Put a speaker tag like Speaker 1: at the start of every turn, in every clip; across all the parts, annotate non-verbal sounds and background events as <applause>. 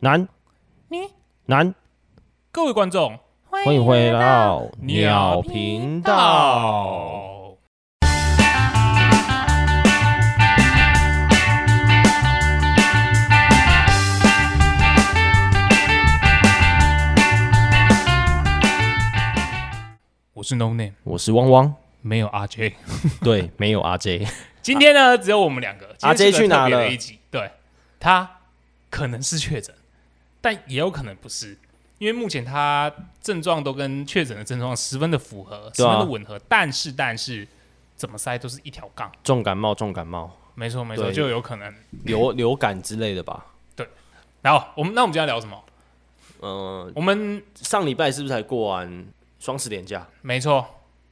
Speaker 1: 男
Speaker 2: 你
Speaker 1: 男，
Speaker 2: 各位观众，
Speaker 1: 欢迎回到
Speaker 2: 鸟
Speaker 1: 鸟频道。
Speaker 2: 到。我是 No Name，
Speaker 1: 我是汪汪，
Speaker 2: 没有 RJ。
Speaker 1: 对，没有 RJ，
Speaker 2: 今天呢，只有我们两个。今
Speaker 1: RJ
Speaker 2: 天是个
Speaker 1: 去哪
Speaker 2: 特别的
Speaker 1: 了
Speaker 2: 一集，对，他可能是确诊，但也有可能不是，因为目前他症状都跟确诊的症状十分的符合，十
Speaker 1: 对啊
Speaker 2: 分的吻合。但是，但是怎么塞都是一条杠。
Speaker 1: 重感冒，重感冒，
Speaker 2: 没错，没错，
Speaker 1: 对
Speaker 2: 就有可能。
Speaker 1: 流流感之类的吧。
Speaker 2: 然后我们，那我们今天要聊什么？
Speaker 1: 嗯，
Speaker 2: 我们
Speaker 1: 上礼拜是不是才过完双十连假？
Speaker 2: 没错，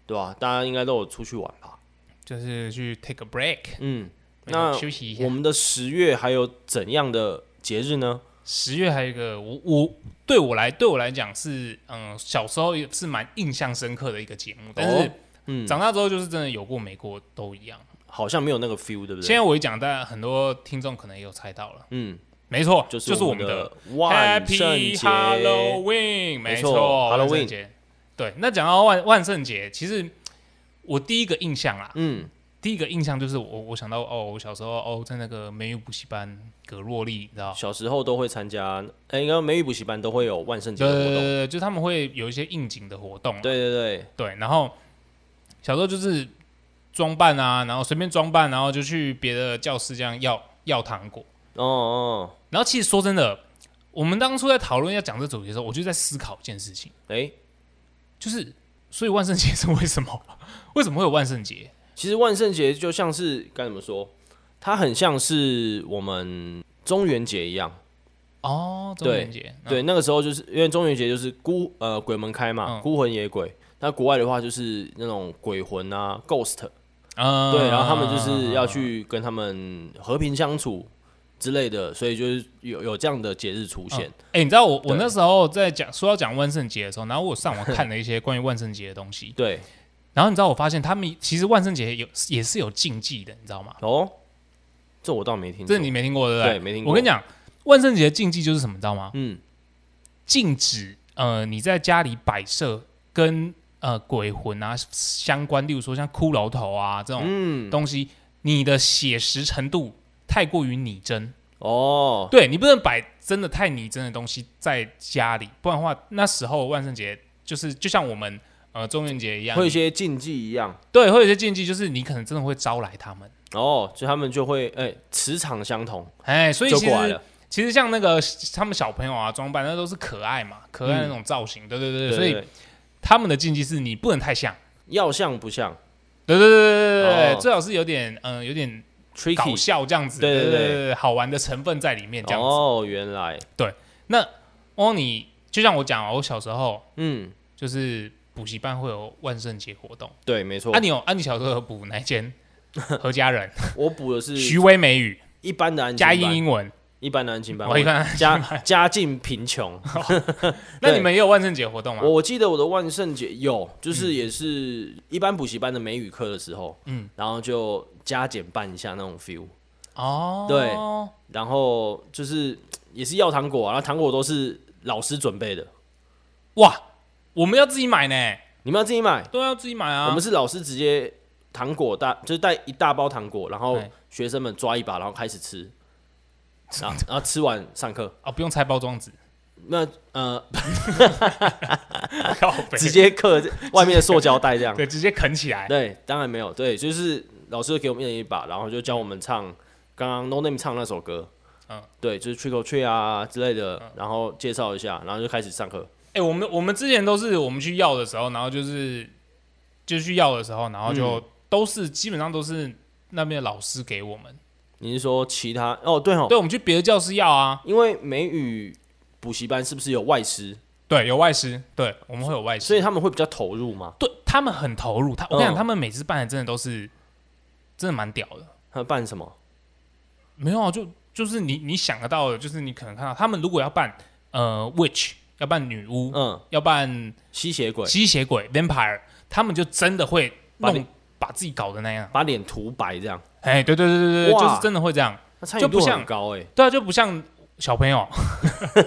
Speaker 1: 对吧？大家应该都有出去玩吧？
Speaker 2: 就是去 take a break，
Speaker 1: 嗯，
Speaker 2: 没错
Speaker 1: 那
Speaker 2: 休息一
Speaker 1: 我
Speaker 2: 下。
Speaker 1: 们的十月还有怎样的节日呢？
Speaker 2: 十月还有一个，我我对我来对我来讲是，嗯，小时候也是蛮印象深刻的一个节目，但是
Speaker 1: 哦嗯，
Speaker 2: 长大之后就是真的有过没过都一样。
Speaker 1: 好像没有那个 feel，对不
Speaker 2: 现
Speaker 1: 对？
Speaker 2: 在我一讲，但很多听众可能也有猜到了，
Speaker 1: 嗯，
Speaker 2: 没错，
Speaker 1: 就是
Speaker 2: 就是我
Speaker 1: 们
Speaker 2: 们的
Speaker 1: 万圣
Speaker 2: Happy
Speaker 1: 节。
Speaker 2: Halloween，
Speaker 1: 没错
Speaker 2: 错万
Speaker 1: Halloween
Speaker 2: 圣节对，那讲到万万圣节，其实我第一个印象啦，
Speaker 1: 嗯，
Speaker 2: 第一个印象就是我我想到哦，我小时候哦在那个美语补习班葛洛丽，你知道。
Speaker 1: 小时候都会参加，哎，应该美语补习班都会有万圣节
Speaker 2: 对
Speaker 1: 的活
Speaker 2: 对对
Speaker 1: 动。
Speaker 2: 对，就他们会有一些应景的活动啊，
Speaker 1: 对对对，
Speaker 2: 对，然后小时候就是装扮啊，然后随便装扮，然后就去别的教室这样要要糖果，
Speaker 1: 哦哦，
Speaker 2: 然后其实说真的，我们当初在讨论要讲这主题的时候，我就在思考一件事情，
Speaker 1: 哎、
Speaker 2: 就是所以万圣节是为什么？为什么会有万圣节？
Speaker 1: 其实万圣节就像是该怎么说，它很像是我们中元节一样。
Speaker 2: 哦，中元节，
Speaker 1: 对，那个时候就是因为中元节就是孤呃鬼门开嘛，
Speaker 2: 嗯
Speaker 1: 孤魂野鬼。那国外的话就是那种鬼魂啊，ghost，
Speaker 2: 嗯，
Speaker 1: 对，然后他们就是要去跟他们和平相处之类的，所以就是有有这样的节日出现。
Speaker 2: 哎、你知道我我
Speaker 1: 对
Speaker 2: 那时候在讲说要讲万圣节的时候，然后我上网看了一些关于万圣节的东西，
Speaker 1: 对，
Speaker 2: 然后你知道我发现他们其实万圣节有也是有禁忌的，你知道吗？
Speaker 1: 哦，这我倒没听
Speaker 2: 这
Speaker 1: 过。
Speaker 2: 你没听过对不
Speaker 1: 对没听过
Speaker 2: 我跟你讲，万圣节的禁忌就是什么，你知道吗？
Speaker 1: 嗯，
Speaker 2: 禁止呃你在家里摆设跟呃鬼魂啊相关，例如说像骷髅头啊这
Speaker 1: 嗯
Speaker 2: 种东西，你的写实程度太过于拟真，
Speaker 1: 哦，
Speaker 2: 对你不能摆真的太拟真的东西在家里，不然的话那时候万圣节就是就像我们呃中元节一样
Speaker 1: 会，有一些禁忌一样。
Speaker 2: 对，会有一些禁忌，就是你可能真的会招来他们，
Speaker 1: 哦，所以他们就会哎、磁场相同，
Speaker 2: 哎，所以
Speaker 1: 就
Speaker 2: 其
Speaker 1: 过来
Speaker 2: 实
Speaker 1: 了。
Speaker 2: 其实像那个他们小朋友啊，装扮那都是可爱嘛，可爱那种造型，对对对，对
Speaker 1: 对
Speaker 2: 所以
Speaker 1: 对
Speaker 2: 他们的禁忌是你不能太像，
Speaker 1: 要像不像
Speaker 2: 对对对对对对，
Speaker 1: 哦
Speaker 2: 最好是有点嗯、呃有点搞
Speaker 1: ，tricky。
Speaker 2: 笑这样子，
Speaker 1: 对对
Speaker 2: 对
Speaker 1: 对
Speaker 2: 对，好玩的成分在里面这样子。哦，
Speaker 1: 哦，原来，
Speaker 2: 你就像我讲啊，我小时候
Speaker 1: 嗯，
Speaker 2: 就是补习班会有万圣节活动，
Speaker 1: 对，没错。
Speaker 2: 啊你有啊你小时候有补哪一 <laughs> 间？何家人、
Speaker 1: 我补的是
Speaker 2: 徐威美语、
Speaker 1: 一般的安
Speaker 2: 佳
Speaker 1: 静
Speaker 2: 音
Speaker 1: 班，
Speaker 2: 英文，
Speaker 1: 一般的安静班，
Speaker 2: 我一般。
Speaker 1: 家家境贫穷。
Speaker 2: <laughs> 那你们也有万圣节活动吗
Speaker 1: 我？我记得我的万圣节有，
Speaker 2: 嗯
Speaker 1: 就是也是一般补习班的美语课的时候，嗯，然后就加减办一下那种 feel，
Speaker 2: 哦，
Speaker 1: 对然后就是也是要糖果啊，然后糖果都是老师准备的，
Speaker 2: 哇，我们要自己买呢，
Speaker 1: 你们要自己买，
Speaker 2: 都要自己买啊。
Speaker 1: 我们是老师直接糖果大，就是带一大包糖果，然后
Speaker 2: 对
Speaker 1: 学生们抓一把，然后开始
Speaker 2: <laughs>
Speaker 1: 吃，然后然后吃完上课，
Speaker 2: 哦，不用拆包装纸，
Speaker 1: 那呃
Speaker 2: 靠北
Speaker 1: 直接刻外面的塑胶袋这样。
Speaker 2: <laughs> 对，直接啃起来。
Speaker 1: 对，当然没有，对，就是老师给我们一人一把，然后就教我们唱刚刚 No Name 唱那首歌，
Speaker 2: 嗯
Speaker 1: 对，就是 Trick or Treat 啊之类的，然后介绍一下，然后就开始上课。
Speaker 2: 哎、我们我们之前都是我们去要的时候，然后就是就去要的时候，然后
Speaker 1: 嗯
Speaker 2: 就都是、基本上都是那边的老师给我们。
Speaker 1: 你是说其他？哦，对哦，
Speaker 2: 对，我们去别的教室要啊。
Speaker 1: 因为美语补习班是不是有外师，
Speaker 2: 对，有外师，对，我们会有外师，
Speaker 1: 所以他们会比较投入嘛？
Speaker 2: 对他们很投入。他我跟你讲，
Speaker 1: 嗯
Speaker 2: 他们每次办的真的都是真的蛮屌的。
Speaker 1: 他们办什么？
Speaker 2: 没有啊，就就是你你想得到的，就是你可能看到他们如果要办呃 witch，要办女巫，
Speaker 1: 嗯，
Speaker 2: 要办
Speaker 1: 吸血鬼
Speaker 2: 吸血鬼 vampire，他们就真的会
Speaker 1: 把
Speaker 2: 弄
Speaker 1: 你
Speaker 2: 把自己搞得那样。
Speaker 1: 把脸涂白这样，
Speaker 2: 哎，对对对对对，
Speaker 1: 哇
Speaker 2: 就是真的会这样。
Speaker 1: 那参与
Speaker 2: 就
Speaker 1: 度
Speaker 2: 不
Speaker 1: 很
Speaker 2: 像
Speaker 1: 高哎、
Speaker 2: 对啊，就不像小朋友， <laughs>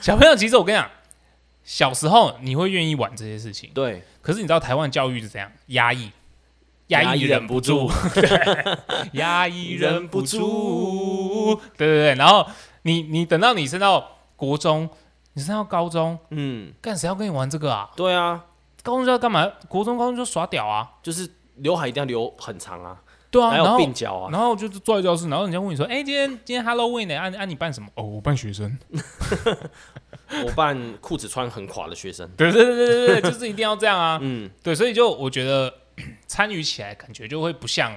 Speaker 2: 小朋友，其实我跟你讲，小时候你会愿意玩这些事情，
Speaker 1: 对，
Speaker 2: 可是你知道台湾教育是怎样？压抑，压
Speaker 1: 压
Speaker 2: 抑
Speaker 1: 抑
Speaker 2: 忍
Speaker 1: 忍
Speaker 2: 不
Speaker 1: 不
Speaker 2: 住，对，压抑忍
Speaker 1: 忍
Speaker 2: 不
Speaker 1: 不
Speaker 2: 住
Speaker 1: 住，
Speaker 2: 对对对。然后你你等到你升到国中，你升到高中，
Speaker 1: 嗯，
Speaker 2: 干谁要跟你玩这个啊？
Speaker 1: 对啊，
Speaker 2: 高中就要干嘛？国中高中就耍屌啊，
Speaker 1: 就是刘海一定要留很长啊，
Speaker 2: 对啊。
Speaker 1: 还
Speaker 2: 然
Speaker 1: 有
Speaker 2: 后
Speaker 1: 鬓角啊，
Speaker 2: 然后就是坐在教室，然后人家问你说：“哎、今天今天 Halloween 呢、啊啊你扮什么？”哦，我扮学生。
Speaker 1: 我扮裤子穿很垮的学生，
Speaker 2: <laughs> 对对对对对，对就是一定要这样啊。
Speaker 1: 嗯，
Speaker 2: 对，所以就我觉得参与起来感觉就会不像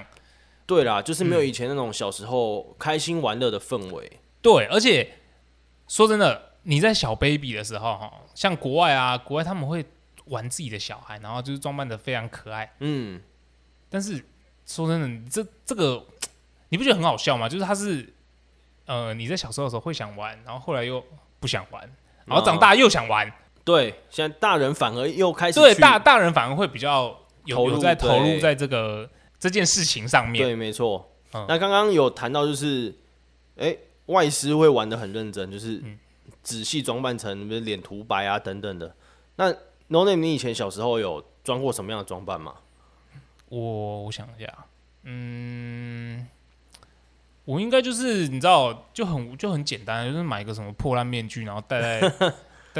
Speaker 1: 对啦，就是没有以前那种小时候开心玩乐的氛围，
Speaker 2: 对，而且说真的，你在小 baby 的时候，哈，像国外啊，国外他们会玩自己的小孩，然后就是装扮的非常可爱。
Speaker 1: 嗯，
Speaker 2: 但是说真的，你这这个你不觉得很好笑吗？就是他是呃，你在小时候的时候会想玩，然后后来又不想玩，然后长
Speaker 1: 哦
Speaker 2: 大又想玩。
Speaker 1: 对，现在大人反而又开始
Speaker 2: 对，
Speaker 1: 去
Speaker 2: 大大人反而会比较有
Speaker 1: 投
Speaker 2: 有
Speaker 1: 入
Speaker 2: 在投入
Speaker 1: 对
Speaker 2: 在这个这件事情上面。
Speaker 1: 对，没错。
Speaker 2: 嗯
Speaker 1: 那刚刚有谈到就是，哎、外师会玩的很认真，就是
Speaker 2: 嗯
Speaker 1: 仔细装扮成比如脸涂白啊等等的。那 No Name，你以前小时候有装过什么样的装扮吗？
Speaker 2: 我我想一下，啊嗯，我应该就是你知道，就很就很简单，就是买一个什么破烂面具，然后
Speaker 1: <laughs>
Speaker 2: 戴在戴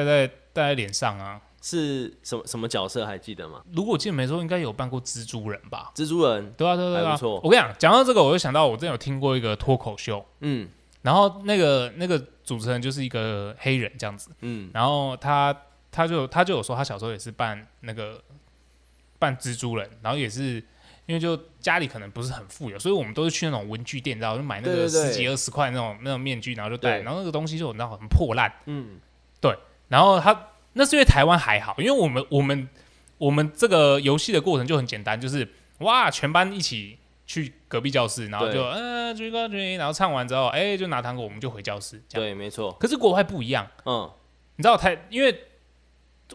Speaker 2: 在戴在脸上啊。
Speaker 1: 是什么什么角色还记得吗？
Speaker 2: 如果我记得没错，应该有扮过蜘蛛人吧？
Speaker 1: 蜘蛛人，
Speaker 2: 对啊，对啊对
Speaker 1: 还
Speaker 2: 啊
Speaker 1: 不错。
Speaker 2: 我跟你讲，讲到这个，我就想到我之前有听过一个脱口秀，
Speaker 1: 嗯
Speaker 2: 然后那个那个主持人就是一个黑人这样子，
Speaker 1: 嗯，
Speaker 2: 然后他他就他就有说他小时候也是扮那个扮蜘蛛人，然后也是因为就家里可能不是很富有，所以我们都是去那种文具店，然后就买那个
Speaker 1: 对对对
Speaker 2: 十几二十块那种那种面具，然后就戴，
Speaker 1: 对
Speaker 2: 然后那个东西就你知道很破烂，
Speaker 1: 嗯，
Speaker 2: 然后他那是因为台湾还好，因为我们我们我们这个游戏的过程就很简单，就是哇全班一起。去隔壁教室，然后就
Speaker 1: 对
Speaker 2: 呃追高追，然后唱完之后，哎、就拿糖果，我们就回教室。这样，
Speaker 1: 对，没错。
Speaker 2: 可是国外不一样，
Speaker 1: 嗯，
Speaker 2: 你知道台，因为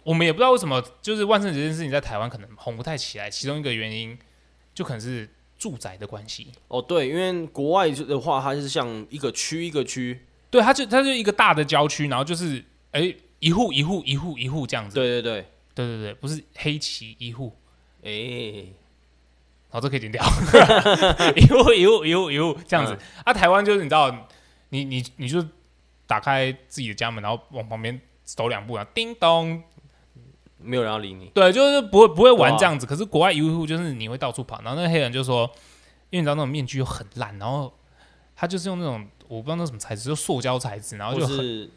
Speaker 2: 我们也不知道为什么，就是万圣节这件事情在台湾可能红不太起来，其中一个原因就可能是住宅的关系。
Speaker 1: 哦对，因为国外的话，它是像一个区一个区，
Speaker 2: 对，它就它就一个大的郊区，然后就是哎、一户一户一户一户这样子。
Speaker 1: 对对对，
Speaker 2: 对对对，不是黑旗一户，
Speaker 1: 哎、
Speaker 2: 好，这可以剪 <laughs> 掉，一户一户一户一户这样子。啊，台湾就是你知道，你你你就打开自己的家门，然后往旁边走两步，然后叮咚，
Speaker 1: 没有人要理你，
Speaker 2: 对，就是不会不会玩
Speaker 1: 对啊
Speaker 2: 这样子。可是国外一户就是你会到处跑，然后那个黑人就说，因为你知道那种面具又很烂，然后他就是用那种我不知道那什么材质，就塑胶材质，然后
Speaker 1: 或
Speaker 2: 就很
Speaker 1: 是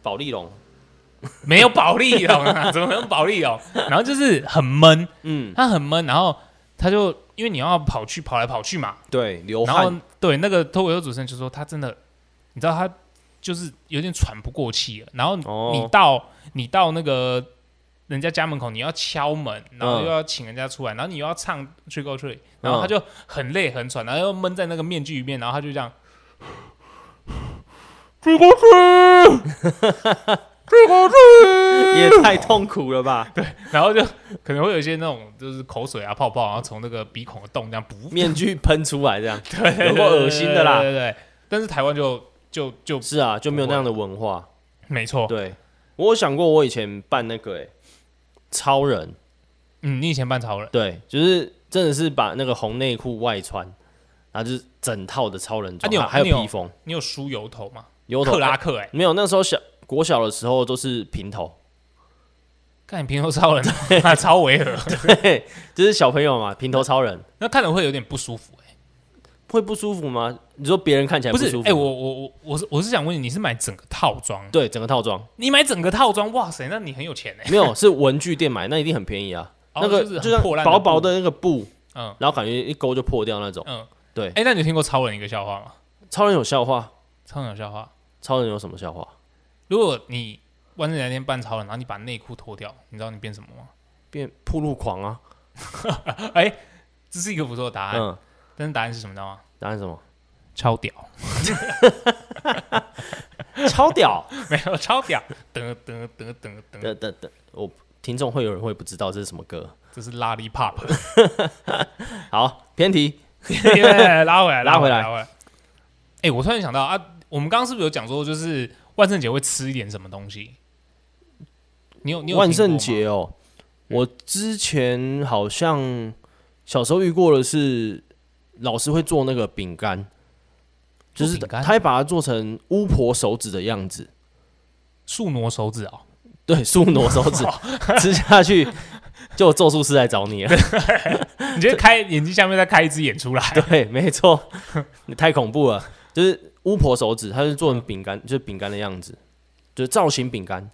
Speaker 1: 保利龙，
Speaker 2: <laughs> 没有保利龙啊， <laughs> 怎么没有保利龙？然后就是很闷，
Speaker 1: 嗯，
Speaker 2: 他很闷，然后他就因为你要跑去跑来跑去嘛，
Speaker 1: 对，流
Speaker 2: 然后
Speaker 1: 汗，
Speaker 2: 对那个脱口秀主持人就说他真的，你知道他就是有点喘不过气了，然后
Speaker 1: 哦
Speaker 2: 你到、你到那个人家家门口，你要敲门，然后
Speaker 1: 嗯
Speaker 2: 又要请人家出来，然后你又要唱《t r i c k or Treat》，然后
Speaker 1: 嗯
Speaker 2: 他就很累很喘，然后又闷在那个面具里面，然后他就这样。追过去，追过去，
Speaker 1: 也太痛苦了吧？
Speaker 2: 然后就可能会有一些那种就是口水啊、泡泡，然后从那个鼻孔的洞这样 <laughs> 补
Speaker 1: 面具喷出来这样，
Speaker 2: <laughs> 对
Speaker 1: 有够恶心的啦
Speaker 2: 对对对对但是台湾就就就是
Speaker 1: 啊，就没有那样的文化。
Speaker 2: 没错，
Speaker 1: 对，我有想过我以前扮那个、欸、超人，
Speaker 2: 嗯，你以前扮超人，
Speaker 1: 对，就是真的是把那个红内裤外穿，然后就是整套的超人
Speaker 2: 啊你有
Speaker 1: 装，还有
Speaker 2: 你有
Speaker 1: 披风、
Speaker 2: 你有梳油头吗？
Speaker 1: 油头
Speaker 2: 克。拉克、欸，哎，
Speaker 1: 没有，那时候小国小的时候都是平
Speaker 2: <laughs>
Speaker 1: 头，
Speaker 2: 看你平头超人，啊，超违和，
Speaker 1: 嘿， <laughs> 就是小朋友嘛，平头超人
Speaker 2: <laughs> 那看了会有点不舒服、欸，
Speaker 1: 会不舒服吗？你说别人看起来
Speaker 2: 不是
Speaker 1: 舒，服？
Speaker 2: 哎、我我我我是我是想问你，你是买整个套装？
Speaker 1: 对整个套
Speaker 2: <laughs>
Speaker 1: 装
Speaker 2: 你买整个套装，哇塞，那你很有钱哎、
Speaker 1: 没有，是文具店买，那一定很便宜啊。
Speaker 2: 哦
Speaker 1: 那个
Speaker 2: 就是很
Speaker 1: 像
Speaker 2: 破烂的
Speaker 1: 薄薄
Speaker 2: 布
Speaker 1: 的那个布，
Speaker 2: 嗯
Speaker 1: 然后感觉一勾就破掉那种。
Speaker 2: 嗯，
Speaker 1: 对
Speaker 2: 哎、那你有听过超人一个笑话吗？
Speaker 1: 超人有笑话，
Speaker 2: 超人有笑话，
Speaker 1: 超人有什么笑话？
Speaker 2: 如果你万圣节那天扮超人，然后你把内裤脱掉，你知道你变什么吗？
Speaker 1: 变铺路狂啊！
Speaker 2: 哎、这是一个不错的答案，
Speaker 1: 嗯，
Speaker 2: 但是答案是什么？你知道吗？
Speaker 1: 答案是什么？
Speaker 2: 超屌。
Speaker 1: <laughs>
Speaker 2: <laughs>
Speaker 1: 超 <laughs> 屌！
Speaker 2: 没有超屌， <laughs> 噔噔噔噔噔，
Speaker 1: 等等等，我听众会有人会不知道这是什么歌。
Speaker 2: 这是拉力 pop，
Speaker 1: 好，偏题。
Speaker 2: 耶拉回来，
Speaker 1: 拉回来
Speaker 2: 拉回来。哎、我突然想到啊，我们刚刚是不是有讲说，就是万圣节会吃一点什么东西？你有你有
Speaker 1: 万
Speaker 2: 听过
Speaker 1: 圣
Speaker 2: 吗
Speaker 1: 节哦，我之前好像小时候遇过的是老师会做那个饼干，就
Speaker 2: 做
Speaker 1: 是
Speaker 2: 饼干
Speaker 1: 他会把它做成巫婆手指的样子，
Speaker 2: 树挪手指哦，
Speaker 1: 对，树挪手
Speaker 2: <laughs>
Speaker 1: 指吃下去，就有咒术师来找你了。
Speaker 2: 你觉得开眼睛下面再开一只眼出来，
Speaker 1: 对，没错， <laughs> 你太恐怖了。就是巫婆手指，它是做成饼干，
Speaker 2: 嗯
Speaker 1: 就是饼干的样子，就是造型饼干。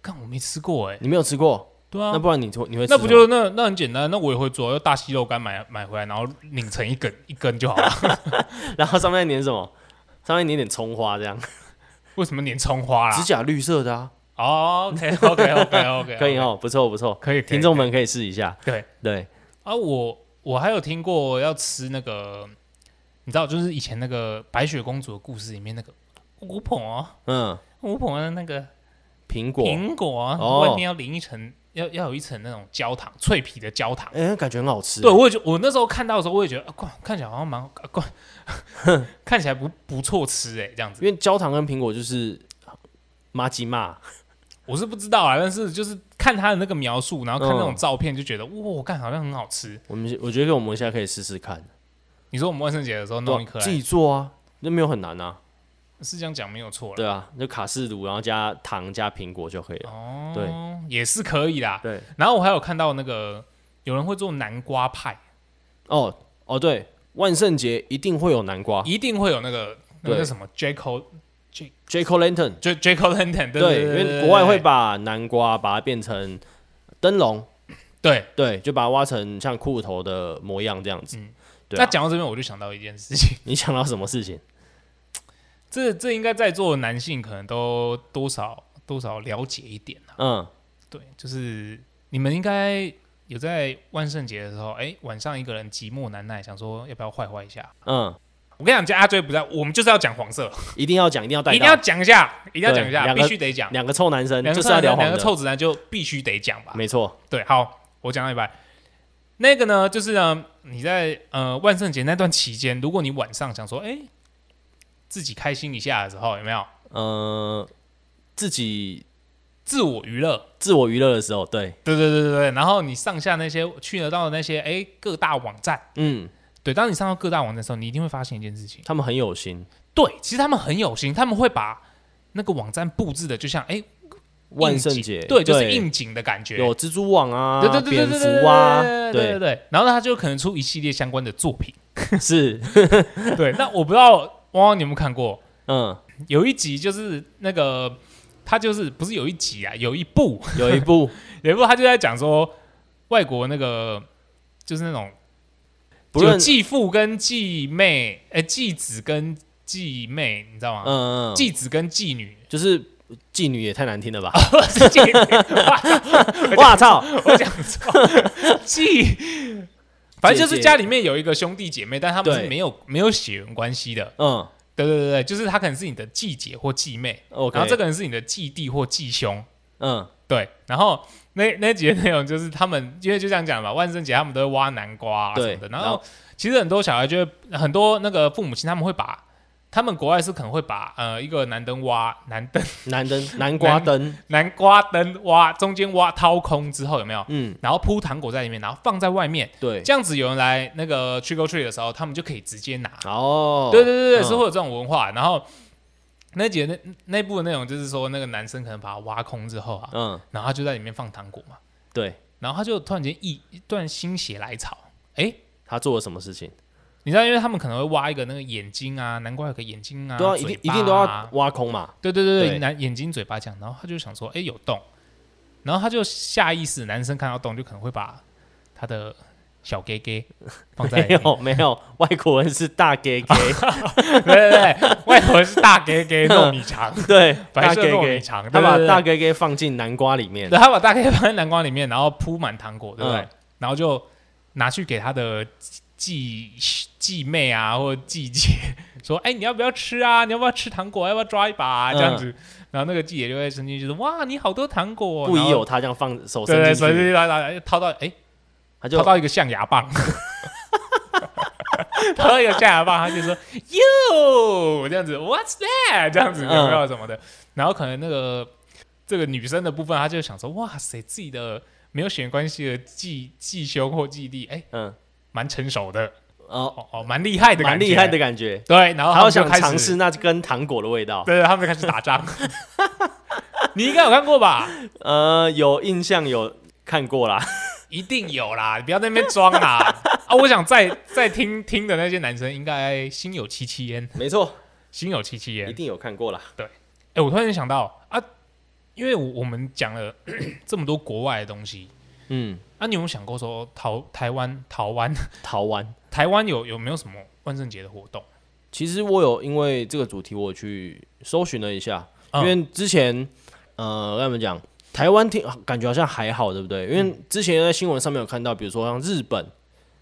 Speaker 2: 看我没吃过哎、
Speaker 1: 你没有吃过？
Speaker 2: 对啊
Speaker 1: 那，不然你你会吃
Speaker 2: 那不
Speaker 1: 什么
Speaker 2: 就那那很简单，那我也会做，就大溪肉干买买回来，然后拧成一根一根就好
Speaker 1: <laughs>
Speaker 2: 了。
Speaker 1: 然后上面粘什么？上面粘点葱花这样，
Speaker 2: 为什么粘葱花
Speaker 1: 指
Speaker 2: 啦？
Speaker 1: 甲绿色的啊。
Speaker 2: 哦，OK OK OK
Speaker 1: <laughs>
Speaker 2: OK，
Speaker 1: 可以，哦，不错不错，
Speaker 2: 啊可以，可以
Speaker 1: 听众们可以试一下。
Speaker 2: 对
Speaker 1: 对，
Speaker 2: 啊，我我还有听过要吃那个，你知道，就是以前那个白雪公主的故事里面那个巫婆哦，
Speaker 1: 嗯，
Speaker 2: 巫婆的那个
Speaker 1: 苹果，
Speaker 2: 苹果啊
Speaker 1: 哦
Speaker 2: 外面要淋一层，要要有一层那种焦糖，脆皮的焦糖。
Speaker 1: 哎，感觉很好吃。
Speaker 2: 对，，我也觉我那时候看到的时候，我也觉得啊，哇看起来好像蛮
Speaker 1: <laughs>
Speaker 2: 好，啊哇看起来不不错吃哎、这样子。
Speaker 1: 因为焦糖跟苹果就是麻吉嘛，
Speaker 2: 我是不知道啊，但是就是看他的那个描述，然后看那种
Speaker 1: 嗯
Speaker 2: 照片，就觉得、哇，看好像很好吃。
Speaker 1: 我们我觉得我们现在可以试试看，
Speaker 2: 嗯你说我们万圣节的时候弄一
Speaker 1: 对
Speaker 2: 颗
Speaker 1: 啊，
Speaker 2: 来
Speaker 1: 自己做啊，那没有很难啊。
Speaker 2: 是这样讲没有错了。
Speaker 1: 对啊，就卡式炉，然后加糖加苹果就可以了。
Speaker 2: 哦，
Speaker 1: 对
Speaker 2: 也是可以啦。
Speaker 1: 对，
Speaker 2: 然后我还有看到那个有人会做南瓜派，
Speaker 1: 哦哦对，万圣节一定会有南瓜
Speaker 2: 一定会有那个那个
Speaker 1: 对
Speaker 2: 叫什么 Jaco
Speaker 1: ，Jaco Lantern，
Speaker 2: J Jaco London，对
Speaker 1: 对，因
Speaker 2: 对
Speaker 1: 为国外会
Speaker 2: 对
Speaker 1: 把南瓜把它变成灯笼，
Speaker 2: 对。
Speaker 1: 对，就把它挖成像骷髅头的模样这样子。对啊
Speaker 2: 嗯那讲到这边，我就想到一件事情，
Speaker 1: 你想到什么事情？
Speaker 2: 这这应该在座的男性可能都多少多少了解一点啊。
Speaker 1: 嗯，
Speaker 2: 对，就是你们应该有在万圣节的时候，哎，晚上一个人寂寞难耐，想说要不要坏坏一下。
Speaker 1: 嗯，
Speaker 2: 我跟你讲，今天阿追不在，我们就是要讲黄色，
Speaker 1: 一定要讲，一定要带到，
Speaker 2: 一定要讲一下，一定要讲一
Speaker 1: 对
Speaker 2: 下，
Speaker 1: 两个
Speaker 2: 必须得讲。
Speaker 1: 两个臭男生
Speaker 2: 两个
Speaker 1: 就是要聊
Speaker 2: 臭男
Speaker 1: 黄
Speaker 2: 两个
Speaker 1: 的，
Speaker 2: 臭直男就必须得讲吧。
Speaker 1: 没错，
Speaker 2: 对，好，我讲到一半。那个呢，就是呢，你在呃万圣节那段期间，如果你晚上想说，哎、自己开心一下的时候，有没有
Speaker 1: 呃，自己
Speaker 2: 自我娱乐？
Speaker 1: 自我娱乐的时候，对，
Speaker 2: 对对对对对。然后你上下那些去得到的那些哎、诶各大网站，
Speaker 1: 嗯，
Speaker 2: 对，当你上到各大网站的时候，你一定会发现一件事情，
Speaker 1: 他们很有心，
Speaker 2: 对，其实他们很有心，他们会把那个网站布置的就像哎、诶
Speaker 1: 万圣
Speaker 2: 应景
Speaker 1: 节
Speaker 2: 对，就是应景的感觉，
Speaker 1: 有蜘蛛网啊，
Speaker 2: 对对对对
Speaker 1: 蝙
Speaker 2: 对对
Speaker 1: 蝠啊，
Speaker 2: 对对对对。然后他就可能出一系列相关的作品。
Speaker 1: <laughs> 是，
Speaker 2: <laughs> 对，那我不知道汪汪你有没有看过，
Speaker 1: 嗯，
Speaker 2: 有一集就是那个他就是不是有一集啊，有一部
Speaker 1: 有一部
Speaker 2: <laughs> 有一部他就在讲说外国那个就是那种
Speaker 1: 不
Speaker 2: 有
Speaker 1: 论，
Speaker 2: 继父跟继妹，哎、继子跟继妹，你知道吗？
Speaker 1: 嗯嗯，
Speaker 2: 继子跟继女， <laughs>
Speaker 1: 就是妓女也太难听了吧？
Speaker 2: 不是继女，
Speaker 1: 哇操，
Speaker 2: 我讲错，继。反正就是家里面有一个兄弟姐妹，但他们是
Speaker 1: 对
Speaker 2: 没有没有血缘关系的。 <laughs>
Speaker 1: 嗯
Speaker 2: 对对对对，就是他可能是你的继姐或继妹，
Speaker 1: ，OK，
Speaker 2: 然后这个人是你的继弟或继兄，
Speaker 1: 嗯
Speaker 2: 对。然后那那几个内容就是他们， <laughs> 因为就这样讲吧，万圣节他们都会挖南瓜、啊、什
Speaker 1: 对
Speaker 2: 么的。然
Speaker 1: 然
Speaker 2: 后
Speaker 1: 后
Speaker 2: 其实很多小孩就会，很多那个父母亲他们会把，他们国外是可能会把呃一个南灯挖南灯 <laughs>
Speaker 1: 南灯南瓜灯，
Speaker 2: 南瓜灯挖中间挖掏空之后有没有？
Speaker 1: 嗯，
Speaker 2: 然后铺糖果在里面，然后放在外面，
Speaker 1: 对，
Speaker 2: 这样子有人来那个 trick or treat 的时候，他们就可以直接拿。
Speaker 1: 哦，
Speaker 2: 对对对对，
Speaker 1: 嗯
Speaker 2: 是会有这种文化。然后那节那那部的内容就是说，那个男生可能把它挖空之后啊，
Speaker 1: 嗯，
Speaker 2: 然后他就在里面放糖果嘛，
Speaker 1: 对
Speaker 2: 然后他就突然间一一段心血来潮，哎，
Speaker 1: 他做了什么事情？
Speaker 2: 你知道，因为他们可能会挖一个那个眼睛啊，难怪有个眼睛啊，
Speaker 1: 对啊，一
Speaker 2: 嘴
Speaker 1: 定
Speaker 2: 巴
Speaker 1: 一
Speaker 2: 啊
Speaker 1: 定都要，挖空
Speaker 2: <laughs>
Speaker 1: 嘛，
Speaker 2: 对对对对，
Speaker 1: 对
Speaker 2: 男眼睛嘴巴这样，然后他就想说，哎，有洞，然后他就下意识，男生看到洞就可能会把他的小 gay gay 放在里
Speaker 1: 没
Speaker 2: 面，
Speaker 1: 有没有，外国人是大 gay
Speaker 2: <laughs>
Speaker 1: gay，
Speaker 2: 对对对，外国人是大 gay gay
Speaker 1: <laughs>
Speaker 2: 糯米肠。
Speaker 1: 对，
Speaker 2: 白
Speaker 1: 大
Speaker 2: 色
Speaker 1: gay
Speaker 2: 糯
Speaker 1: gay
Speaker 2: 米肠，
Speaker 1: 他把
Speaker 2: 对对对
Speaker 1: 大 gay gay 放进南瓜里面，
Speaker 2: 对，他把大概放在南瓜里面，然后铺满糖果，对不对？
Speaker 1: 嗯
Speaker 2: 然后就拿去给他的继继妹啊，或者继姐说：“哎，你要不要吃啊？你要不要吃糖果？要不要抓一把、啊？”这样
Speaker 1: 嗯
Speaker 2: 子，然后那个继姐就会伸进去说：“哇，你好多糖果！”
Speaker 1: 不
Speaker 2: 然
Speaker 1: 宜
Speaker 2: 后
Speaker 1: 有他这样放手
Speaker 2: 对对，
Speaker 1: 伸
Speaker 2: 所
Speaker 1: 进去，
Speaker 2: 以来来掏到哎，
Speaker 1: 他就
Speaker 2: 掏到一个象牙棒，然后有加拿 <laughs> 大，他就说 “you” 这样子，“what's that” 这样
Speaker 1: 嗯
Speaker 2: 子，有没有什么的？然后可能那个这个女生的部分，她就想说：“哇塞，自己的没有血缘关系的继继兄或继弟，哎、
Speaker 1: 嗯，
Speaker 2: 蛮成熟的，
Speaker 1: 哦，
Speaker 2: 哦哦，蛮厉害的，
Speaker 1: 蛮厉害的。感觉。
Speaker 2: 对，然后
Speaker 1: 还
Speaker 2: 哦他
Speaker 1: 有
Speaker 2: 们就
Speaker 1: 想
Speaker 2: 开始
Speaker 1: 尝试，那跟糖果的味道，
Speaker 2: 对，他们就开始打仗。 <laughs> 你应该有看过吧？
Speaker 1: 呃，有印象有看过啦，
Speaker 2: <laughs> 一定有啦，你不要在那边装
Speaker 1: <laughs>
Speaker 2: 啦。啊，我想在在听听的那些男生应该心有戚戚焉，
Speaker 1: 没错，
Speaker 2: 心有戚戚焉
Speaker 1: 一。定有看过啦。
Speaker 2: 哎、我突然间想到啊，因为我我们讲了 <coughs> 这么多国外的东西，
Speaker 1: 嗯，
Speaker 2: 啊，你有没有想过说逃台湾、逃湾、 <laughs>
Speaker 1: 逃湾。
Speaker 2: 台湾有有没有什么万圣节的活动？
Speaker 1: 其实我有因为这个主题，我去搜寻了一下，
Speaker 2: 嗯
Speaker 1: 因为之前呃，跟你们讲，台湾听感觉好像还好，对不对？因为
Speaker 2: 嗯
Speaker 1: 之前在新闻上面有看到，比如说像日本，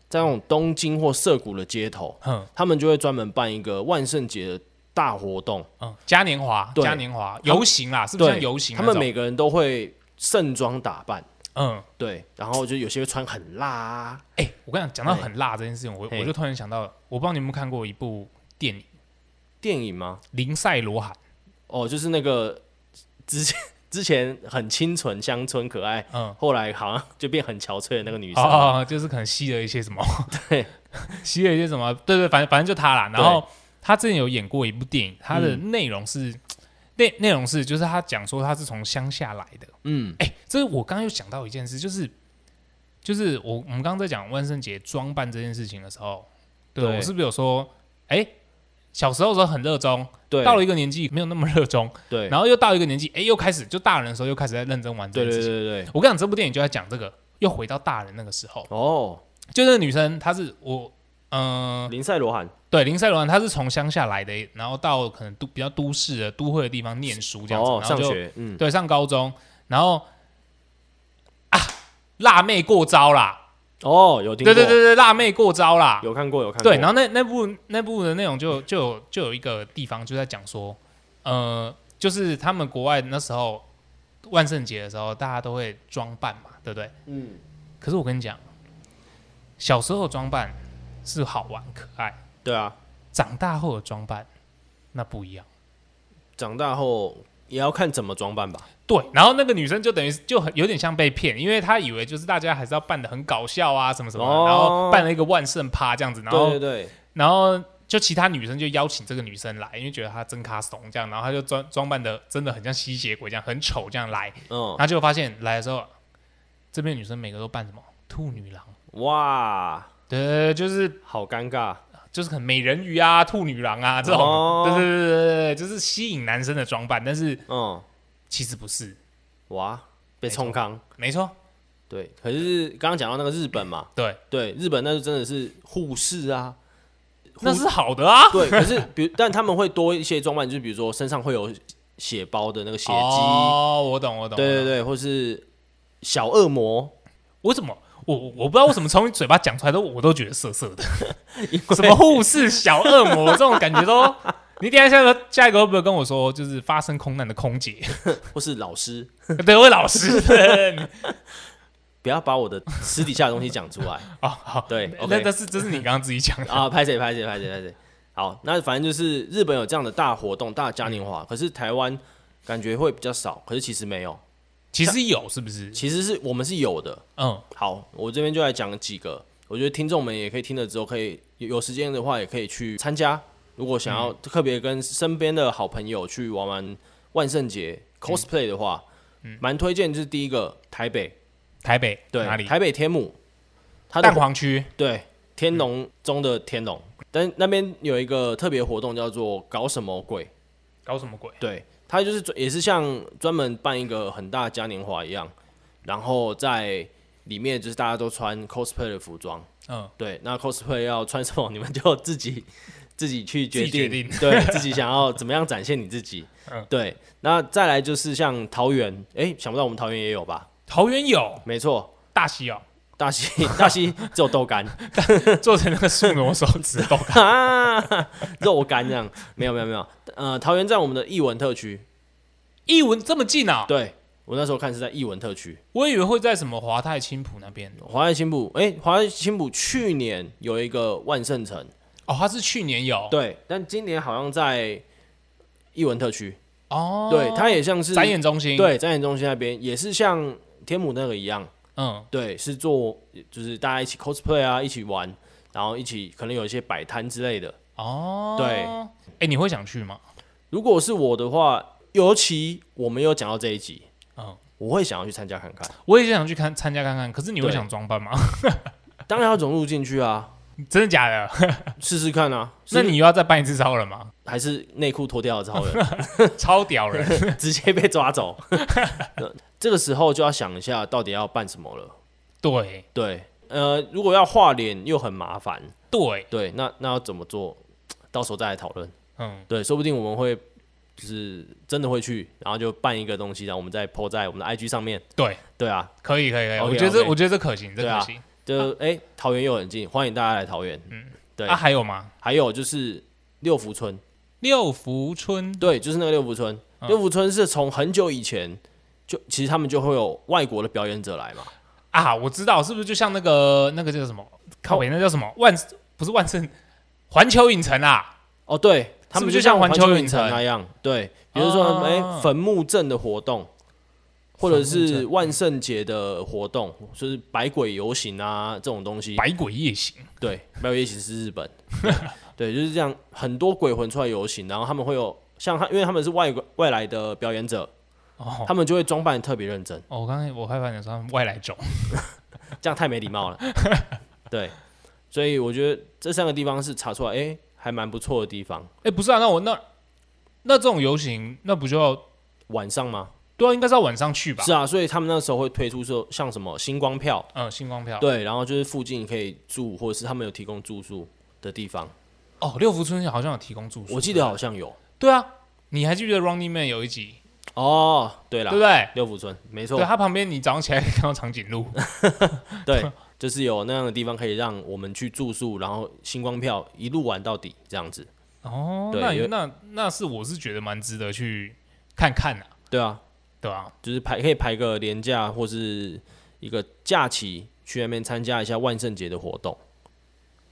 Speaker 1: 在那种东京或涩谷的街头，
Speaker 2: 嗯
Speaker 1: 他们就会专门办一个万圣节的大活动，
Speaker 2: 嗯，嘉年华，
Speaker 1: 对
Speaker 2: 嘉年华游行啦，是不是像
Speaker 1: 对，
Speaker 2: 游行那
Speaker 1: 他
Speaker 2: 种？
Speaker 1: 们每个人都会盛装打扮，
Speaker 2: 嗯，
Speaker 1: 对，然后就有些会穿很辣啊，
Speaker 2: 哎、我跟你讲，讲到很辣这件事情，我
Speaker 1: 嘿
Speaker 2: 我就突然想到，我不知道你有没有看过一部电影《
Speaker 1: 电影吗？
Speaker 2: 林赛罗韩》。
Speaker 1: 哦，就是那个之前之前很清纯、乡村、可爱，
Speaker 2: 嗯，
Speaker 1: 后来好像就变很憔悴的那个女生。
Speaker 2: 哦，就是可能吸了一些什么，
Speaker 1: 对，
Speaker 2: <laughs> 吸了一些什么，对对，反正反正就他啦。然后他之前有演过一部电影，他的内容是
Speaker 1: 嗯
Speaker 2: 内内容是就是他讲说他是从乡下来的。
Speaker 1: 嗯，
Speaker 2: 哎，这我刚刚又想到一件事，就是就是我我们刚刚在讲万圣节装扮这件事情的时候，对
Speaker 1: 对
Speaker 2: 我是不是有说，哎，小时候的时候很热衷，
Speaker 1: 对，
Speaker 2: 到了一个年纪没有那么热衷，
Speaker 1: 对，
Speaker 2: 然后又到一个年纪，哎，又开始就大人的时候又开始在认真玩这
Speaker 1: 对
Speaker 2: 件
Speaker 1: 对
Speaker 2: 事
Speaker 1: 对
Speaker 2: 情。
Speaker 1: 对对，
Speaker 2: 我跟你讲，这部电影就在讲这个，又回到大人那个时候。
Speaker 1: 哦，
Speaker 2: 就那个女生，她是我，嗯、
Speaker 1: 林赛罗韩
Speaker 2: 对，林赛罗兰，她是从乡下来的，然后到可能都比较都市的都会的地方念书这样子，
Speaker 1: 哦，
Speaker 2: 然后
Speaker 1: 上
Speaker 2: 就
Speaker 1: 学，嗯，
Speaker 2: 对上高中，然后啊，辣妹过招啦，
Speaker 1: 哦，有听
Speaker 2: 对
Speaker 1: 过，
Speaker 2: 对对对，辣妹过招啦，
Speaker 1: 有看过有看过，
Speaker 2: 对，然后那那部那部的内容就就有就有一个地方就在讲说，呃，就是他们国外那时候万圣节的时候，大家都会装扮嘛，对不对？
Speaker 1: 嗯，
Speaker 2: 可是我跟你讲，小时候的装扮是好玩可爱，
Speaker 1: 对啊，
Speaker 2: 长大后的装扮那不一样。
Speaker 1: 长大后也要看怎么装扮吧，
Speaker 2: 对，然后那个女生就等于就很有点像被骗，因为她以为就是大家还是要扮的很搞笑啊，什么什么，
Speaker 1: 哦
Speaker 2: 然后办了一个万圣趴这样子，然后
Speaker 1: 对对对，
Speaker 2: 然后就其他女生就邀请这个女生来，因为觉得她真卡怂这样，然后她就装装扮的真的很像吸血鬼这样，很丑这样来，
Speaker 1: 嗯
Speaker 2: 然，后结果发现来的时候，这边女生每个都扮什么兔女郎，
Speaker 1: 哇，
Speaker 2: 对对对，就是
Speaker 1: 好尴尬，
Speaker 2: 就是很美人鱼啊、兔女郎啊这种，
Speaker 1: 哦
Speaker 2: 对对对对对，就是吸引男生的装扮，但是
Speaker 1: 嗯，
Speaker 2: 其实不是，
Speaker 1: 哇，被
Speaker 2: 没错
Speaker 1: 冲康。
Speaker 2: 没错，
Speaker 1: 对，可是刚刚讲到那个日本嘛，
Speaker 2: 对，
Speaker 1: 对，日本那是真的是护士啊，护
Speaker 2: 那是好的啊，
Speaker 1: 对，可是比如，但他们会多一些装扮，就是比如说身上会有血包的那个血迹，
Speaker 2: 哦，我懂我懂，
Speaker 1: 对对
Speaker 2: 对，
Speaker 1: 对，或是小恶魔，
Speaker 2: 我怎么？我我我不知道为什么从你嘴巴讲出来都我都觉得涩涩的，
Speaker 1: <laughs> 因
Speaker 2: 什么护士、小恶魔这种感觉都，
Speaker 1: <laughs>
Speaker 2: 你等一下下个下一个会不会跟我说，就是发生空难的空姐， <laughs>
Speaker 1: 或是老师，
Speaker 2: 对，位
Speaker 1: <laughs>
Speaker 2: 老师，
Speaker 1: 不要把我的私底下的东西讲出
Speaker 2: <laughs>
Speaker 1: 来
Speaker 2: 哦好，
Speaker 1: 对
Speaker 2: 那
Speaker 1: ，OK
Speaker 2: 但是这是你刚刚自己讲的，
Speaker 1: 啊！拍谁拍谁拍谁拍谁。好，那反正就是日本有这样的大活动、大嘉年华，可是台湾感觉会比较少，可是其实没有，
Speaker 2: 其实有是不是？
Speaker 1: 其实是我们是有的。
Speaker 2: 嗯，
Speaker 1: 好，我这边就来讲几个，我觉得听众们也可以听了之后，可以有有时间的话也可以去参加。如果想
Speaker 2: 嗯
Speaker 1: 要特别跟身边的好朋友去玩玩万圣节
Speaker 2: 嗯
Speaker 1: cosplay 的话，蛮、推荐就是第一个台北，
Speaker 2: 台北
Speaker 1: 对，
Speaker 2: 哪里？
Speaker 1: 台北天母，它的
Speaker 2: 蛋黄区，
Speaker 1: 对天龙中的天龙，但那边有一个特别活动叫做搞什么鬼，
Speaker 2: 搞什么鬼？
Speaker 1: 对，它就是专也是像专门办一个很大的嘉年华一样，然后在里面就是大家都穿 cosplay 的服装，
Speaker 2: 嗯，
Speaker 1: 对，那 cosplay 要穿什么，你们就自己自己去决
Speaker 2: 自己决
Speaker 1: 定，
Speaker 2: 定
Speaker 1: 对自己想要怎么样展现你自己。
Speaker 2: <laughs> 嗯
Speaker 1: 对，那再来就是像桃园，哎、想不到我们桃园也有吧？
Speaker 2: 桃园有
Speaker 1: 没错，
Speaker 2: 大溪
Speaker 1: <laughs>
Speaker 2: 哦，
Speaker 1: 大溪大溪只有豆干，
Speaker 2: 做成那个树挪手指头
Speaker 1: <laughs> 啊，肉干这样，没有没有没有，呃，桃园在我们的艺文特区，
Speaker 2: 艺文这么近啊？
Speaker 1: 对我那时候看是在艺文特区，
Speaker 2: 我以为会在什么华泰青浦那边
Speaker 1: 华泰新埔，哎、华泰新埔去年有一个万圣城，
Speaker 2: 哦，他是去年有
Speaker 1: 对，但今年好像在艺文特区，
Speaker 2: 哦，
Speaker 1: 对，它也像是
Speaker 2: 展演中心，，
Speaker 1: 对展演中心那边也是像天母那个一样，
Speaker 2: 嗯
Speaker 1: 对，是做就是大家一起 cosplay 啊，一起玩，然后一起可能有一些摆摊之类的。
Speaker 2: 哦，
Speaker 1: 对，
Speaker 2: 哎，你会想去吗？
Speaker 1: 如果是我的话，尤其我们有讲到这一集，
Speaker 2: 嗯，
Speaker 1: 我会想要去参加看看，
Speaker 2: 我也想去看参加看看，可是你会
Speaker 1: 对
Speaker 2: 想装扮吗？ <laughs>
Speaker 1: 当然要融入进去啊，
Speaker 2: 真的假的？
Speaker 1: 试试看啊。
Speaker 2: <laughs> 那你又要再扮一次超人吗？ <laughs>
Speaker 1: 还是内裤脱掉了之后呢
Speaker 2: 超屌人，
Speaker 1: <laughs> 直接被抓走， <laughs> 这个时候就要想一下到底要办什么了。
Speaker 2: 对
Speaker 1: 对，呃，如果要画脸又很麻烦，
Speaker 2: 对，
Speaker 1: 对，那那要怎么做？到时候再来讨论。
Speaker 2: 嗯，
Speaker 1: 对，说不定我们会就是真的会去，然后就办一个东西，然后我们再 po 在我们的 IG 上面。
Speaker 2: 对，
Speaker 1: 对啊，
Speaker 2: 可以可以可以，
Speaker 1: OK，
Speaker 2: 我觉得这
Speaker 1: OK
Speaker 2: 我觉得这可行，这
Speaker 1: 对啊
Speaker 2: 可行。
Speaker 1: 就哎、诶桃园又很近，欢迎大家来桃园。嗯，对。
Speaker 2: 啊，还有吗？
Speaker 1: 还有就是六福村，
Speaker 2: 六福村
Speaker 1: 对，就是那个六福村。
Speaker 2: 嗯
Speaker 1: 六福村是从很久以前就其实他们就会有外国的表演者来嘛。
Speaker 2: 啊，我知道，是不是就像那个那个叫什么？靠北，那叫什么？万不是万圣，环球影城啊，
Speaker 1: 哦，对，他们
Speaker 2: 是不是就像
Speaker 1: 像
Speaker 2: 环
Speaker 1: 环
Speaker 2: 球影
Speaker 1: 影城
Speaker 2: 城
Speaker 1: 那样，对，比如说哎、
Speaker 2: 啊
Speaker 1: 坟墓镇的活动，或者
Speaker 2: 坟墓
Speaker 1: 是
Speaker 2: 镇
Speaker 1: 万圣节的活动，就是百鬼游行啊这种东西。
Speaker 2: 百鬼夜行。
Speaker 1: 对，百鬼游行是日本，对，对 <laughs> 就是这样，很多鬼魂出来游行，然后他们会有像他，因为他们是外国外来的表演者，
Speaker 2: 哦，
Speaker 1: 他们就会装扮得特别认真，
Speaker 2: 哦我刚才我害怕你说他们外来种，
Speaker 1: 这样太没礼貌
Speaker 2: <laughs>
Speaker 1: 了。对，所以我觉得这三个地方是查出来，哎、还蛮不错的地方。
Speaker 2: 哎，不是啊，那我那那这种游行，那不就要
Speaker 1: 晚上吗？
Speaker 2: 对啊，应该是要晚上去吧
Speaker 1: 是？啊，所以他们那时候会推出说像什么星光票，
Speaker 2: 嗯，星光票。
Speaker 1: 对，然后就是附近可以住，或者是他们有提供住宿的地方，
Speaker 2: 哦，六福村好像有提供住宿，
Speaker 1: 我记得哦
Speaker 2: 对
Speaker 1: 好
Speaker 2: 不
Speaker 1: 像有。
Speaker 2: 对对啊，你还记不记得 Running Man 有一集，
Speaker 1: 哦，对
Speaker 2: 对
Speaker 1: 啦
Speaker 2: 不，对？
Speaker 1: 六福村没错
Speaker 2: 对，，啊它旁边你早上起来可以 <laughs> 看到长颈鹿， <laughs>
Speaker 1: 对，就是有那样的地方可以让我们去住宿，然后星光票一路玩到底这样子。 <laughs>
Speaker 2: 哦，
Speaker 1: 对
Speaker 2: 那
Speaker 1: 有
Speaker 2: 那那是我是觉得蛮值得去看看的、啊，
Speaker 1: 对啊，
Speaker 2: 对吧、
Speaker 1: 就是排可以排个年假或是一个假期去那边参加一下万圣节的活动。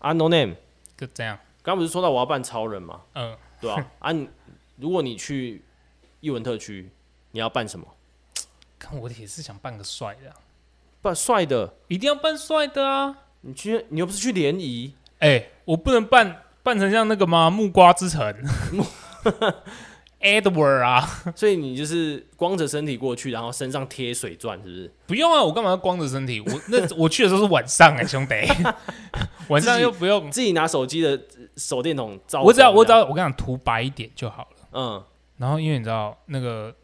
Speaker 1: 啊，No Name，
Speaker 2: 就这样，
Speaker 1: 刚不是说到我要办超人吗？
Speaker 2: 嗯、
Speaker 1: 对
Speaker 2: <laughs>
Speaker 1: 啊，啊，你如果你去艺文特区，你要办什么？
Speaker 2: 看我也是想扮个帅的啊、
Speaker 1: 扮帅的，
Speaker 2: 一定要扮帅的啊！
Speaker 1: 你去，你又不是去联谊。
Speaker 2: <laughs> 哎、我不能扮扮成像那个吗？木瓜
Speaker 1: <laughs>
Speaker 2: 之城 <laughs> ，Edward 啊，
Speaker 1: 所以你就是光着身体过去，然后身上贴水钻，是不是？
Speaker 2: 不用啊，我干嘛要光着身体？我那 <laughs> 我去的时候是晚上哎、兄
Speaker 1: <laughs>
Speaker 2: 弟，晚上又不用，
Speaker 1: 自己拿手机的呃手电筒照光。
Speaker 2: 我只要我只
Speaker 1: 这
Speaker 2: 要
Speaker 1: 样，
Speaker 2: 我跟你讲涂白一点就好了。
Speaker 1: 嗯，
Speaker 2: 然后因为你知道那个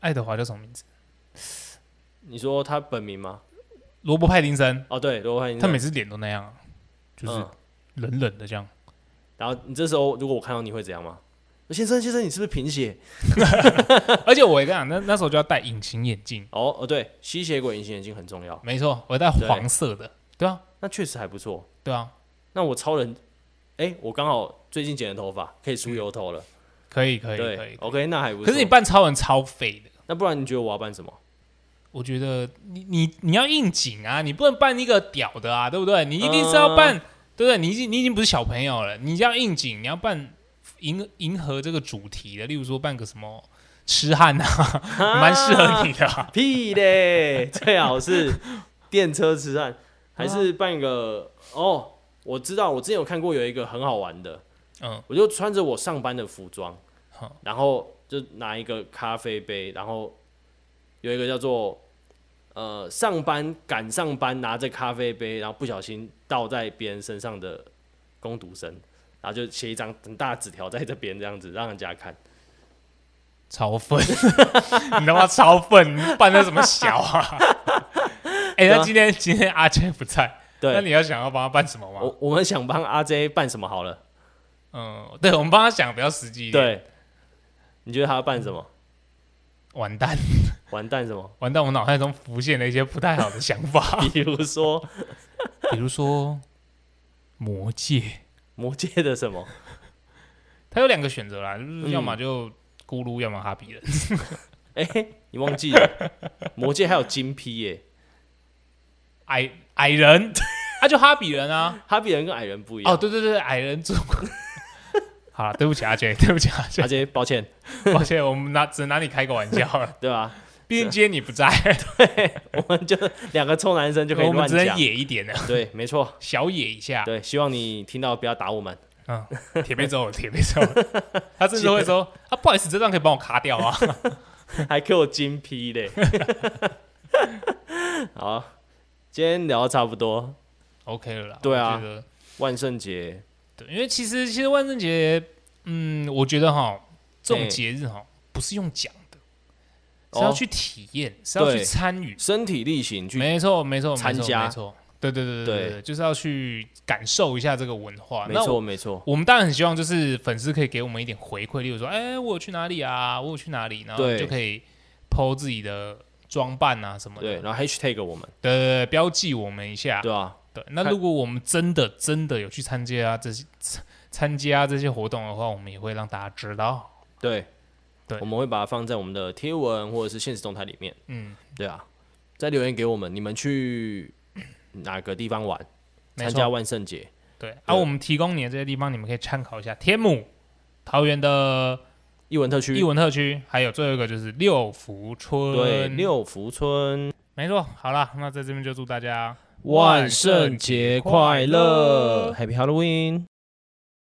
Speaker 2: 爱德华叫什么名字？
Speaker 1: 你说他本名吗？
Speaker 2: 罗伯派丁森，
Speaker 1: 哦，对，罗汉。
Speaker 2: 他每次脸都那样啊，就是
Speaker 1: 嗯
Speaker 2: 冷冷的这样。
Speaker 1: 然后你这时候如果我看到你会怎样吗？先生，先生，你是不是贫血？
Speaker 2: 而且我也跟你讲，那那时候就要戴隐形眼镜，
Speaker 1: 哦哦，对，吸血鬼隐形眼镜很重要，
Speaker 2: 没错，我戴黄色的。对啊，
Speaker 1: 那确实还不错。
Speaker 2: 对啊，
Speaker 1: 那我超人，哎，我刚好最近剪的头发可以梳油头了，
Speaker 2: 可以，可以，可
Speaker 1: 对
Speaker 2: 以。
Speaker 1: ，OK，那还不错。
Speaker 2: 可是你扮超人超废的，
Speaker 1: 那不然你觉得我要办什么？
Speaker 2: 我觉得你你你要应景啊，你不能扮一个屌的啊，对不对？你一定是
Speaker 1: 呃
Speaker 2: 要扮，对不对？你已经你已经不是小朋友了，你要应景，你要扮迎迎合这个主题的，例如说扮个什么痴汉啊，蛮适合你的
Speaker 1: <laughs>
Speaker 2: 啊、
Speaker 1: 屁嘞， <laughs> 最好是电车痴汉，还
Speaker 2: 啊
Speaker 1: 是办一个哦。我知道，我之前有看过有一个很好玩的，
Speaker 2: 嗯，
Speaker 1: 我就穿着我上班的服装
Speaker 2: 好，
Speaker 1: 然后就拿一个咖啡杯，然后有一个叫做呃上班赶上班拿着咖啡杯，然后不小心倒在别人身上的工读生，然后就写一张很大的纸条在这边这样子让人家看。
Speaker 2: 超粉， <laughs> 你他妈超粉，你扮的什么
Speaker 1: <laughs>
Speaker 2: 小啊？哎、那今天今天阿 J 不在，那
Speaker 1: 啊对，
Speaker 2: 你要想要帮他办什么吗？
Speaker 1: 我我们想帮阿 J 办什么好了？
Speaker 2: 嗯，对，我们帮他想比较实际一点。
Speaker 1: 对，你觉得他要办什
Speaker 2: <laughs>
Speaker 1: 么？
Speaker 2: 完蛋，
Speaker 1: 完蛋什么？ <laughs>
Speaker 2: 完蛋，我脑海中浮现了一些不太好的想法，
Speaker 1: 比如说
Speaker 2: <laughs>
Speaker 1: 《
Speaker 2: 比如说魔戒，
Speaker 1: 魔戒》的什
Speaker 2: <laughs>
Speaker 1: 么？
Speaker 2: 它有两个选择啦，就是要么就咕噜，要么哈比人。
Speaker 1: 哎、你忘记了，《魔戒》还有金批耶、
Speaker 2: 矮矮人， <laughs> 啊，就哈比人啊。
Speaker 1: 哈比人跟矮人不一样。
Speaker 2: <laughs> 哦，对对对，矮人族。 <laughs> 好了，对不起阿杰，对不起 <laughs> 阿
Speaker 1: 阿
Speaker 2: 杰，
Speaker 1: 杰，抱歉，
Speaker 2: 抱歉，我们拿只能拿你开个玩笑 <laughs> 了，
Speaker 1: 对吧、
Speaker 2: 毕竟今天你不在，
Speaker 1: 我们就两个臭男生就可以
Speaker 2: 我们
Speaker 1: 乱
Speaker 2: 只能
Speaker 1: 讲。
Speaker 2: 野一点的，
Speaker 1: 对，没
Speaker 2: <laughs>
Speaker 1: 错，
Speaker 2: 小野一下。
Speaker 1: 对，希望你听到不要打我
Speaker 2: <laughs>
Speaker 1: 们。
Speaker 2: 嗯，铁背粥，铁背粥，他甚至会说 <laughs> 啊，不好意思，这段可以帮我卡掉啊。
Speaker 1: 还给我金批
Speaker 2: <laughs>
Speaker 1: 嘞。好，今天聊的差不多，
Speaker 2: OK 了啦，
Speaker 1: 对啊
Speaker 2: 我觉得
Speaker 1: 万圣节，
Speaker 2: 对，因为其实其实万圣节，嗯，我觉得哈，这种
Speaker 1: 哎
Speaker 2: 节日哈，不是用讲的，
Speaker 1: 哦
Speaker 2: 是要去体验，是要去
Speaker 1: 对
Speaker 2: 参与。
Speaker 1: 身体力行去，
Speaker 2: 没错，没错，没错
Speaker 1: 参加
Speaker 2: 没错，对对对对
Speaker 1: 对
Speaker 2: 对，就是要去感受一下这个文化。
Speaker 1: 没
Speaker 2: 啊那
Speaker 1: 错没错，
Speaker 2: 我们当然很希望，就是粉丝可以给我们一点回馈，例如说，哎、我有去哪里啊？我有去哪里？然后
Speaker 1: 对
Speaker 2: 就可以 PO 自己的装扮啊什么的，
Speaker 1: 对，
Speaker 2: 对
Speaker 1: 然后 hashtag 我们，
Speaker 2: 对对标记我们一下。
Speaker 1: 对啊，
Speaker 2: 对，那
Speaker 1: 看
Speaker 2: 如果我们真的真的有去参加这些参参加这些活动的话，我们也会让大家知道。
Speaker 1: 对，
Speaker 2: 对
Speaker 1: 我们会把它放在我们的贴文或者是现实动态里面，
Speaker 2: 嗯，
Speaker 1: 对啊，再留言给我们，你们去哪个地方玩，
Speaker 2: 没
Speaker 1: 参加
Speaker 2: 错，
Speaker 1: 万圣节，
Speaker 2: 对。啊，我们提供你的这些地方，你们可以参考一下天母、桃园的
Speaker 1: 艺文特区
Speaker 2: 艺，文特区，还有最后一个就是六福村。
Speaker 1: 对，六福村，
Speaker 2: 没错。好了，那在这边就祝大家
Speaker 1: 万圣节快乐，Happy Halloween。